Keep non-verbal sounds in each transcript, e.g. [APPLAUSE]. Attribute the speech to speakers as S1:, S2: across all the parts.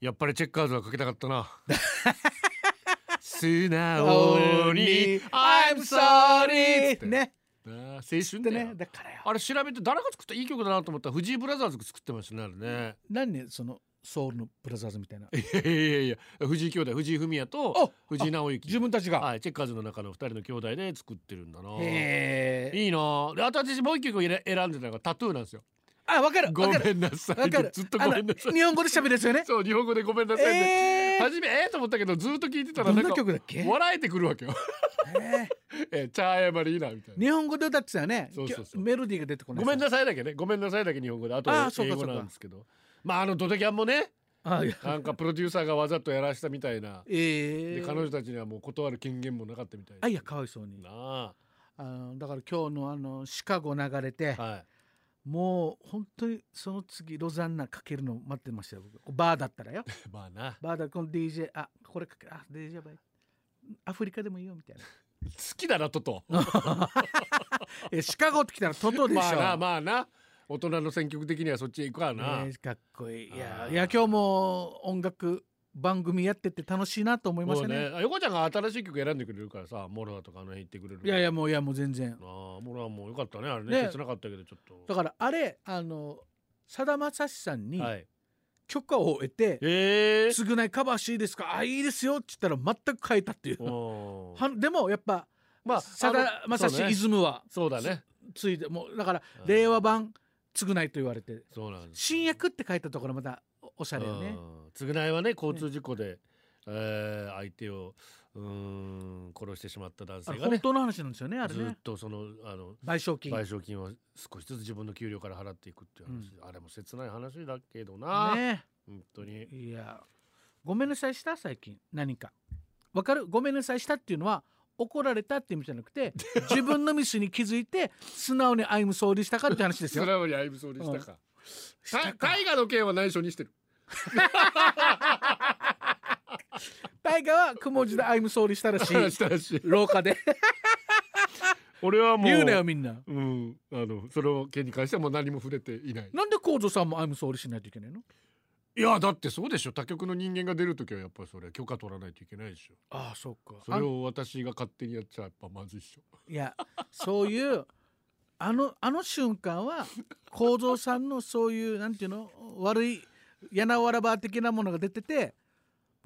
S1: やっぱりチェッカーズはかけたかった
S2: [LAUGHS]
S1: な素直に I'm sorry っつって
S2: ね
S1: なあ青
S2: っ
S1: 春
S2: て
S1: だよ
S2: ねだからよ
S1: あれ調べて誰が作ったいい曲だなと思ったら藤井ブラザーズが作ってましたねあれね
S2: 何ねそのソウルのブラザーズみたいない
S1: やいやいや藤井兄弟藤井フミヤ
S2: あ
S1: と藤井直之
S2: 自分たちが
S1: はいチェッカーズの中の二人の兄弟で作ってるんだな
S2: へえ
S1: いいなであと私もう一曲選選んでたのがタトゥーなんですよ
S2: あわかる
S1: ご
S2: わかる
S1: めんなさ
S2: わ
S1: い
S2: かる
S1: ずっとごめんなさ
S2: あの
S1: い
S2: 日本語で喋るやつよね
S1: そう日本語でごめんなさいね、
S2: えー
S1: 初めえー、と思ったけどずっと聞いてたら
S2: ど
S1: なんん
S2: な
S1: か
S2: 曲だっけ
S1: 笑えてくるわけよ
S2: え
S1: えー、チャーヤマリーナみたい
S2: ー
S1: な
S2: 日本語で歌ってたよね
S1: そうそうそう
S2: メロディーが出てこない
S1: ごめんなさいだけねごめんなさいだけ日本語であと
S2: あーそう
S1: 英
S2: か
S1: 語
S2: そうか
S1: なんですけどまああのドタキャンもね
S2: あいや
S1: なんかプロデューサーがわざとやらしたみたいな
S2: え
S1: で
S2: え
S1: 彼女たちにはもう断る権限もなかったみたいな
S2: あいやかわいそうに
S1: な
S2: あのだから今日のあのシカゴ流れて
S1: あはい
S2: もう本当にその次ロザンナかけるの待ってましたよ僕バーだったらよ
S1: まあな
S2: バーだこの DJ あこれかけあ DJ やばいアフリカでもいいよみたいな
S1: 好きだなトト
S2: えシカゴって来たらトトでしょ、
S1: まあなまあな大人の選曲的にはそっちへ行くわな、
S2: ねかっこいいい
S1: あ
S2: や
S1: ー
S2: いや今日も音楽番組やってて楽しいなと思いまし
S1: もう
S2: たね
S1: ねあ横ちゃんが新しい曲選んでくれるからさモロだとかあの辺行ってくれる
S2: いやい
S1: や
S2: やもういやもう全然
S1: あーモロはもうよかったねあれね
S2: ね
S1: 切なかったけどちょっと
S2: だからあれあのさだまさしさんに
S1: はい
S2: 許可を得て
S1: えー、
S2: 「償いカバーしていいですかあいいですよ」って言ったら全く変えたっていう
S1: おー
S2: はでもやっぱ
S1: まあ
S2: さだまさ
S1: あのそう
S2: し
S1: ね
S2: イズムは
S1: そうだね
S2: ついてもうだから
S1: うん
S2: 令和版償いと言われて
S1: そうなんです
S2: 新薬って書いたところまたおおしゃれよね
S1: うん償いはね交通事故で、えー相手をうーん殺してしまった男
S2: あ
S1: 性
S2: れ
S1: が
S2: 本
S1: ね
S2: 当の話なんですよねあれ
S1: ず
S2: ね
S1: っとそのあの
S2: 賠償金
S1: 賠償金を少しずつ自分の給料から払っていくっていう話、あれも切ない話だけどな、
S2: ね
S1: 本当に
S2: いやごめんなさいした最近何かわかるごめんなさいしたっていうのは怒られたっていう意味じゃな
S1: [LAUGHS]
S2: くて自分のミスに気づいて素直に「アイムソーリー」したかって話です
S1: そ
S2: よ。
S1: れはにアイブソーリーしたか,、
S2: したたか
S1: 大河の件は内緒にしてる
S2: 大河はくも字で「アイムソーリー」
S1: [LAUGHS]
S2: したらしい
S1: したらしい
S2: 廊下で
S1: 俺はもう
S2: 言うなよみんな。
S1: うん、あのその件に関してはもう何も触れていない
S2: なんで幸三さんも「アイムソーリー」しないといけないの
S1: いやだってそうでしょ他局の人間が出る時はやっぱりそれは許可取らないといけないでしょ
S2: ああそうか
S1: それを私が勝手にやっちゃやっぱまずいっしょ
S2: いやそういうあのあの瞬間は幸三さんのそういうなんていうの悪いやなわらば的なものが出てて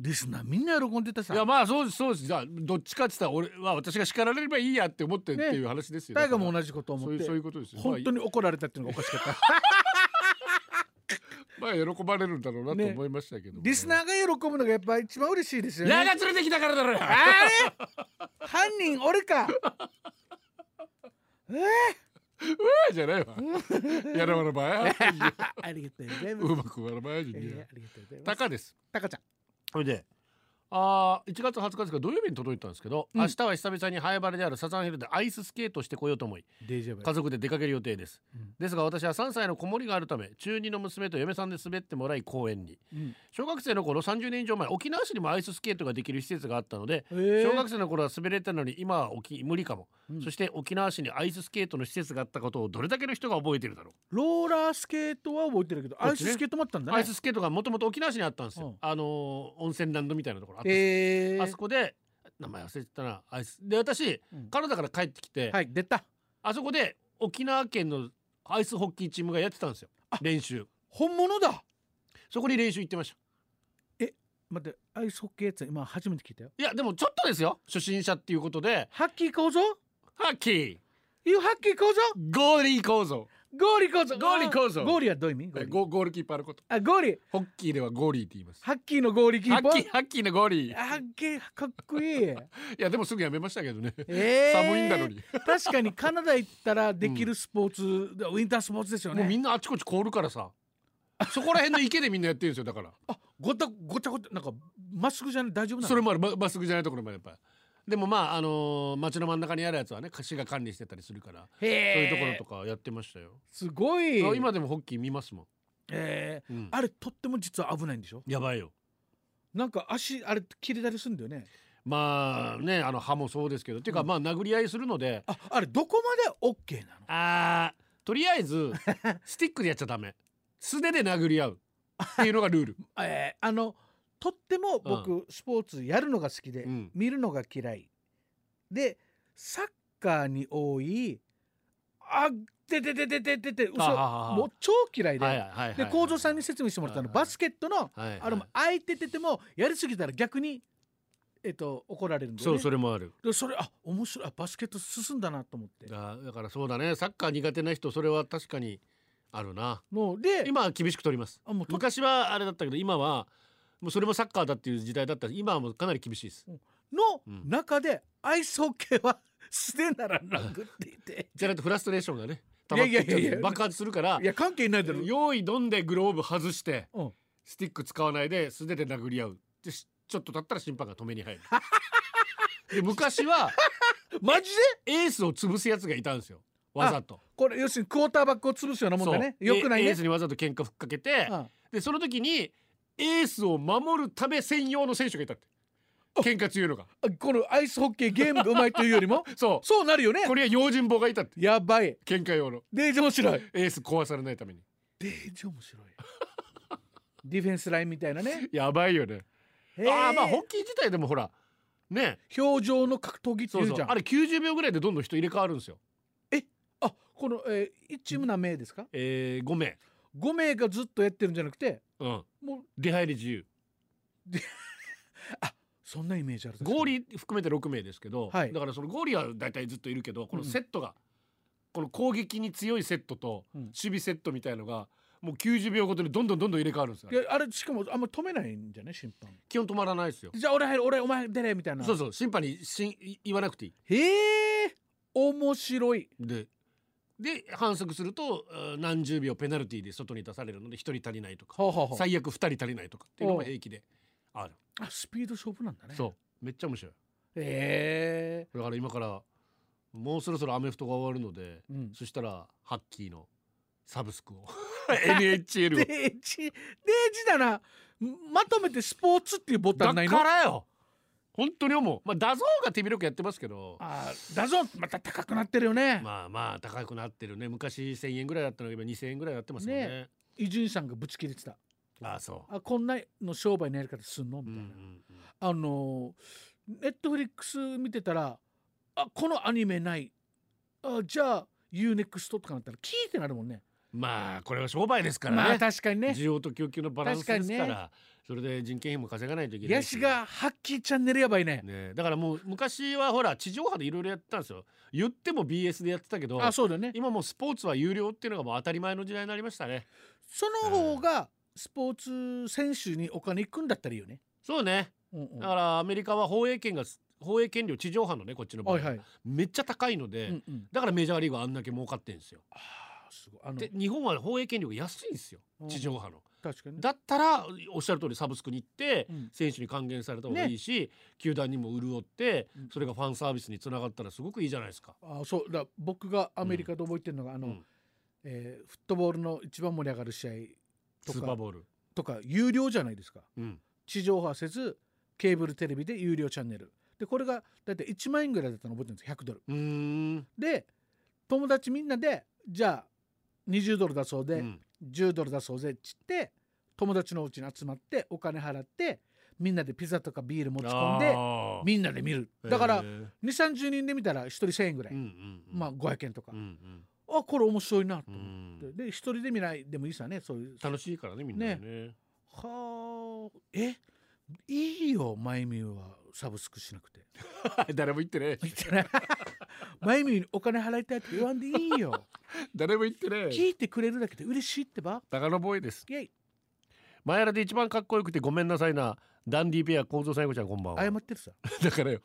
S2: リスナーみんな喜んでたさ
S1: いやまあそうですそうですじゃあどっちかって言ったら俺は私が叱られればいいやって思ってっていう話ですよ、
S2: 大河も
S1: だか
S2: 同じことを
S1: らそ
S2: 思
S1: うい
S2: っ
S1: う
S2: て
S1: そういうことですよ
S2: 本当に怒られたっていうのがおかしかった
S1: まあ、まあ喜ばれるんだ [LAUGHS] ろうなと思いましたけどもね、
S2: リスナーが喜ぶのがやっぱ一番嬉しいですよ
S1: 矢
S2: ね
S1: が連れてきたからだろうよ
S2: あれ犯人
S1: [LAUGHS]
S2: 俺かえ
S1: じゃないわ。やらわらばや。
S2: ー、ありがとうございます
S1: うまくわらばや。
S2: いやいやありがとうございます
S1: 高です。
S2: たかちゃん
S1: それで。あー1月20日ですが土曜日に届いたんですけど、
S2: うん
S1: 明日は久々に早原であるサザンヒルでアイススケートしてこようと思い
S2: 大丈夫
S1: 家族で出かける予定です、
S2: うん
S1: ですが私は3歳の子守があるため中2の娘と嫁さんで滑ってもらい公園に小学生の頃30年以上前沖縄市にもアイススケートができる施設があったので小学生の頃は滑れたのに今は沖無理かも、
S2: うん
S1: そして沖縄市にアイススケートの施設があったことをどれだけの人が覚えてるだろう
S2: ローラースケートは覚えてるけど、
S1: こ
S2: ア
S1: っ
S2: イ
S1: ちね
S2: ススケートもあったんだね。
S1: アイススケートがもともと沖縄市にあったんですよ、
S2: うん
S1: あのー温泉ランドみたいなところあったんです
S2: えー、
S1: あそこで名前忘れてたなアイスで私、
S2: うん
S1: カナダから帰ってきて、
S2: はい、出た。
S1: あそこで沖縄県のアイスホッキーチームがやってたんですよ
S2: あ
S1: 練習
S2: 本物だ。
S1: そこに練習行ってました
S2: 待って、アイスホッケーって今初めて聞いたよ。
S1: いやでもちょっとですよ初心者っていうことで
S2: ハッキー構造？
S1: ハッキー
S2: いうハッキー構造？
S1: ゴーリー構造
S2: ゴーリ構造。
S1: ゴーリ構造
S2: あーゴーリはどういう意味？ゴーリ。
S1: ゴゴールキーパーのこと
S2: あ、ゴーリ。
S1: ホッキーではゴーリーって言います
S2: ハッキーのゴーリキ
S1: ハ
S2: ーパ
S1: ッキー
S2: ー。
S1: ハッキーのゴーリー
S2: ハッキーかっこいい。
S1: いやでもすぐやめましたけどね、
S2: えー、
S1: [LAUGHS] 寒いんだの。に、
S2: 確かにカナダ行ったらできるスポーツ、ウィンタースポーツですよね。
S1: もうみんなあちこち凍るからさそこら辺の池でみんなやってるんですよだから
S2: あ、ごたごちゃごちゃなんかまっすぐじゃない大丈夫なの？
S1: それもあるままっすぐじゃないところまでやっぱりでもまああのー街の真ん中にあるやつはね市が管理してたりするから
S2: へ
S1: そう
S2: え
S1: いうところとかやってましたよ、
S2: すごい。
S1: あ今でもホッキー見ますも
S2: えー
S1: ん、うん
S2: あれとっても実は危ないんでしょ
S1: やばいよ
S2: なんか足あれ切れたりするんだよね
S1: まあねあの歯もそうですけどっていうか、
S2: うん
S1: まあ殴り合いするので
S2: ああれどこまで OK なの
S1: あーとりあえず
S2: [LAUGHS] [LAUGHS]
S1: スティックでやっちゃダメ素手で殴り合うっていうのがルール
S2: えー、あのとっても僕、スポーツやるのが好きで、
S1: うん
S2: 見るのが嫌いでサッカーに多いあででででででで嘘
S1: ああああ
S2: もう超嫌いで、
S1: はいはいはいはい
S2: で幸三さんに説明してもらったの、
S1: はいはい
S2: バスケットの、
S1: はいはい
S2: あれも空いてててもやりすぎたら逆に、えっと、怒られるんだよ
S1: そ
S2: ね
S1: うそれもある
S2: でそれあ面白いあバスケット進んだなと思って
S1: だだからそうだねサッカー苦手な人それは確かにあるな
S2: ので
S1: 今は厳しく取ります
S2: あもうと
S1: 昔はあれだったけど今はもうそれもサッカーだっていう時代だったし今はもうかなり厳しいです
S2: の
S1: うん
S2: 中でアイスホッケーは [LAUGHS] 素手ならなくっていて
S1: じゃないとフラストレーションがね溜まってっちゃう
S2: いやいやいやいや
S1: 爆発するから
S2: いや関係ないだろ、
S1: 用意どんでグローブ外して
S2: うん、
S1: スティック使わないで素手で殴り合うでしちょっと経ったら審判が止めに入る [LAUGHS] で昔は
S2: マジで
S1: エースを潰すやつがいたんですよわざと
S2: これ要するにクォーターバックを潰すようなもんだね
S1: そう
S2: よくない
S1: エ
S2: ね
S1: エースにわざと喧嘩ふっかけて
S2: うん
S1: でその時にエースを守るため専用の選手がいたって喧嘩強いのが
S2: あこのアイスホッケーゲームがうまいというよりも
S1: そ
S2: そうなるよね
S1: うこれは用心棒がいたって
S2: やばい
S1: 喧嘩用の
S2: デージ面白い
S1: エース壊されないために
S2: デージ面白いディフェンスラインみたいなね
S1: やばいよね
S2: へ
S1: ああまあホッキー自体でもほらね
S2: 表情の格闘技って
S1: そう
S2: い
S1: そうう
S2: じゃん
S1: あれ90秒ぐらいでどんどん人入れ替わるんですよ、
S2: あこの、えー、1チーム何名ですか
S1: えー、5名
S2: 5名がずっとやってるんじゃなくて
S1: うん
S2: もう
S1: 出入り自由
S2: そんなイメージある
S1: ゴーリー含めて6名ですけど、
S2: はい
S1: だからそのゴーリーは大体ずっといるけどこの
S2: うん
S1: セットが、この攻撃に強いセットと
S2: うん
S1: 守備セットみたいのがもう90秒ごとにどんどんどんどん入れ替わるんですよ
S2: いやあれしかもあんま止めないんじゃね審判
S1: 基本止まらないですよ
S2: じゃあ俺入る俺お前出れみたいな
S1: そうそう審判にしん言わなくていい
S2: へえ面白い
S1: でで反則するとうん何十秒ペナルティーで外に出されるので1人足りないとか
S2: はあ、はあは
S1: 最悪2人足りないとかっていうのも平気である
S2: あ、あスピード勝負なんだね
S1: そうめっちゃ面白い
S2: へえ
S1: だから今からもうそろそろアメフトが終わるので
S2: うん
S1: そしたらハッキーのサブスクを [LAUGHS]
S2: [LAUGHS]
S1: NHL を
S2: デージデージだなまとめてスポーツっていうボタンない
S1: だ
S2: の
S1: からよ本当に思うまあダゾーンが手広くやってますけど
S2: あだぞまた高くなってるよね
S1: まあまあ高くなってるね昔1000円ぐらいだったのが今2000円ぐらいになってますもんね
S2: ね伊集院さんがぶち切れてた
S1: ああそ
S2: あこんなの商売のやり方すんの
S1: う、
S2: み
S1: うん
S2: た
S1: う
S2: い
S1: ん
S2: な、
S1: うん
S2: あのネットフリックス見てたらあこのアニメないあじゃあ UNEXT とかなったら聞いてなるもんね
S1: まあこれは商売ですからね、
S2: まあ確かにね
S1: 需要と供給のバランスですから
S2: 確かにね
S1: それで人件費も稼がないといけない
S2: ヤシがハッキーチャンネルやばいね
S1: ねだからもう昔はほら地上波でいろいろやってたんですよ言っても BS でやってたけど
S2: あそうだよね
S1: 今もうスポーツは有料っていうのがもう当たり前の時代になりましたね
S2: その方がスポーツ選手にお金いくんだったらいいよね、
S1: そうね
S2: うんうん
S1: だからアメリカは放映権が放映権料地上波のねこっちの場合、
S2: はいはい、
S1: めっちゃ高いので、
S2: うんうん、
S1: だからメジャーリーグはあんだけ儲かってんですよ
S2: あーすごいあの
S1: で日本は放映権料が安いんですよ
S2: うん
S1: 地上波の
S2: 確かにね
S1: だったらおっしゃる通りサブスクに行って、
S2: うん
S1: 選手に還元された方がいいし、球団にも潤って
S2: うん
S1: それがファンサービスにつながったらすごくいいじゃないですか。
S2: あそうだ僕がアメリカで覚えてるのが、あの、
S1: うん
S2: えーフットボールの一番盛り上がる試合と
S1: スーパー
S2: か
S1: ボール、
S2: とか有料じゃないですか
S1: うん、
S2: 地上波せずケーブルテレビで有料チャンネルでこれがだいたい1万円ぐらいだったの覚えてるんです100ドル
S1: うーん
S2: で友達みんなでじゃあ20ドルだそうで、
S1: うん
S2: 10ドル出そうぜっつって友達のうちに集まってお金払ってみんなでピザとかビール持ち込んで
S1: あー
S2: みんなで見るだから
S1: へー
S2: 2 3 0人で見たら1人1,000円ぐらい、
S1: うんうんうん
S2: まあ500円とか、
S1: うんうん
S2: あこれ面白いなと
S1: う
S2: 思っ
S1: ん
S2: て、で1人で見ないでもいいさねそういう
S1: 楽しいからねみんなでね
S2: はあえいいよまゆみはサブスクしなくて
S1: [LAUGHS]
S2: [LAUGHS]
S1: 誰も言ってね
S2: 言ってないまゆみにお金払いたいって言わんでいいよ
S1: 誰も [LAUGHS] 言ってね
S2: 聞いてくれるだけで嬉しいってば
S1: 高野ボーイです
S2: イエイ
S1: 前原で一番かっこよくてごめんなさいなダンディペア構造最後ちゃんこんばんは
S2: 謝ってるさ
S1: だからよ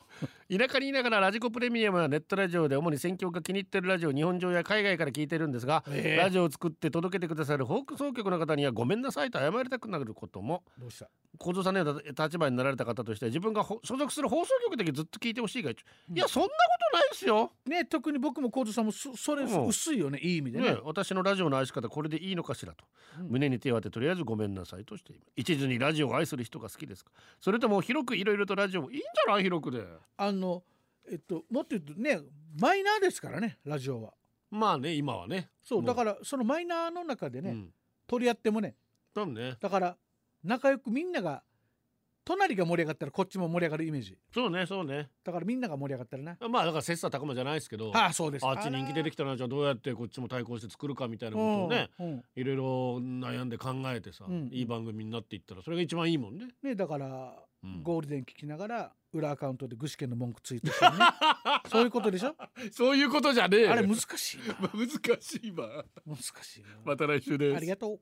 S1: 田舎にいながらラジコプレミアムやネットラジオで主に選挙が気に入ってるラジオ日本中や海外から聞いてるんですが、
S2: え
S1: [LAUGHS]
S2: え
S1: ラジオを作って届けてくださる放送局の方にはごめんなさいと謝りたくなることも
S2: どうした
S1: 小僧さんのような立場になられた方として自分がほ所属する放送局だけずっと聞いてほしいが、
S2: うん
S1: いやそんなことないですよ、
S2: ね特に僕もコードさんもそそれ
S1: うん
S2: 薄いよねいい意味でね
S1: ね、私のラジオの愛し方これでいいのかしらと、
S2: うん
S1: 胸に手を当てとりあえずごめんなさいとしています一途にラジオを愛する人が好きですかそれとも広くいろいろとラジオもいいんじゃない広くで
S2: あのえっともっと言うとねマイナーですからねラジオは
S1: まあね今はね
S2: そう
S1: もう
S2: だからそのマイナーの中でね、
S1: うん
S2: 取り合ってもね
S1: 多分ね
S2: だから仲良くみんなが隣が盛り上がったらこっちも盛り上がるイメージ
S1: そうねそうね
S2: だからみんなが盛り上がったらな
S1: まあだから切磋琢磨じゃないですけど
S2: ああそうです
S1: あっち人気出てきたなじゃあどうやってこっちも対抗して作るかみたいなことをね
S2: うんうん
S1: いろいろ悩んで考えてさ、
S2: うん
S1: いい番組になっていったらそれが一番いいもんね。
S2: ねだから
S1: うん
S2: ゴールデン聞きながら裏アカウントで具志堅の文句ツイートしてるねそういうことでしょ
S1: そういうことじゃねえよ
S2: あれ難しいな
S1: 難しいわ。
S2: 難しいな
S1: [LAUGHS] また来週です
S2: あり。がとう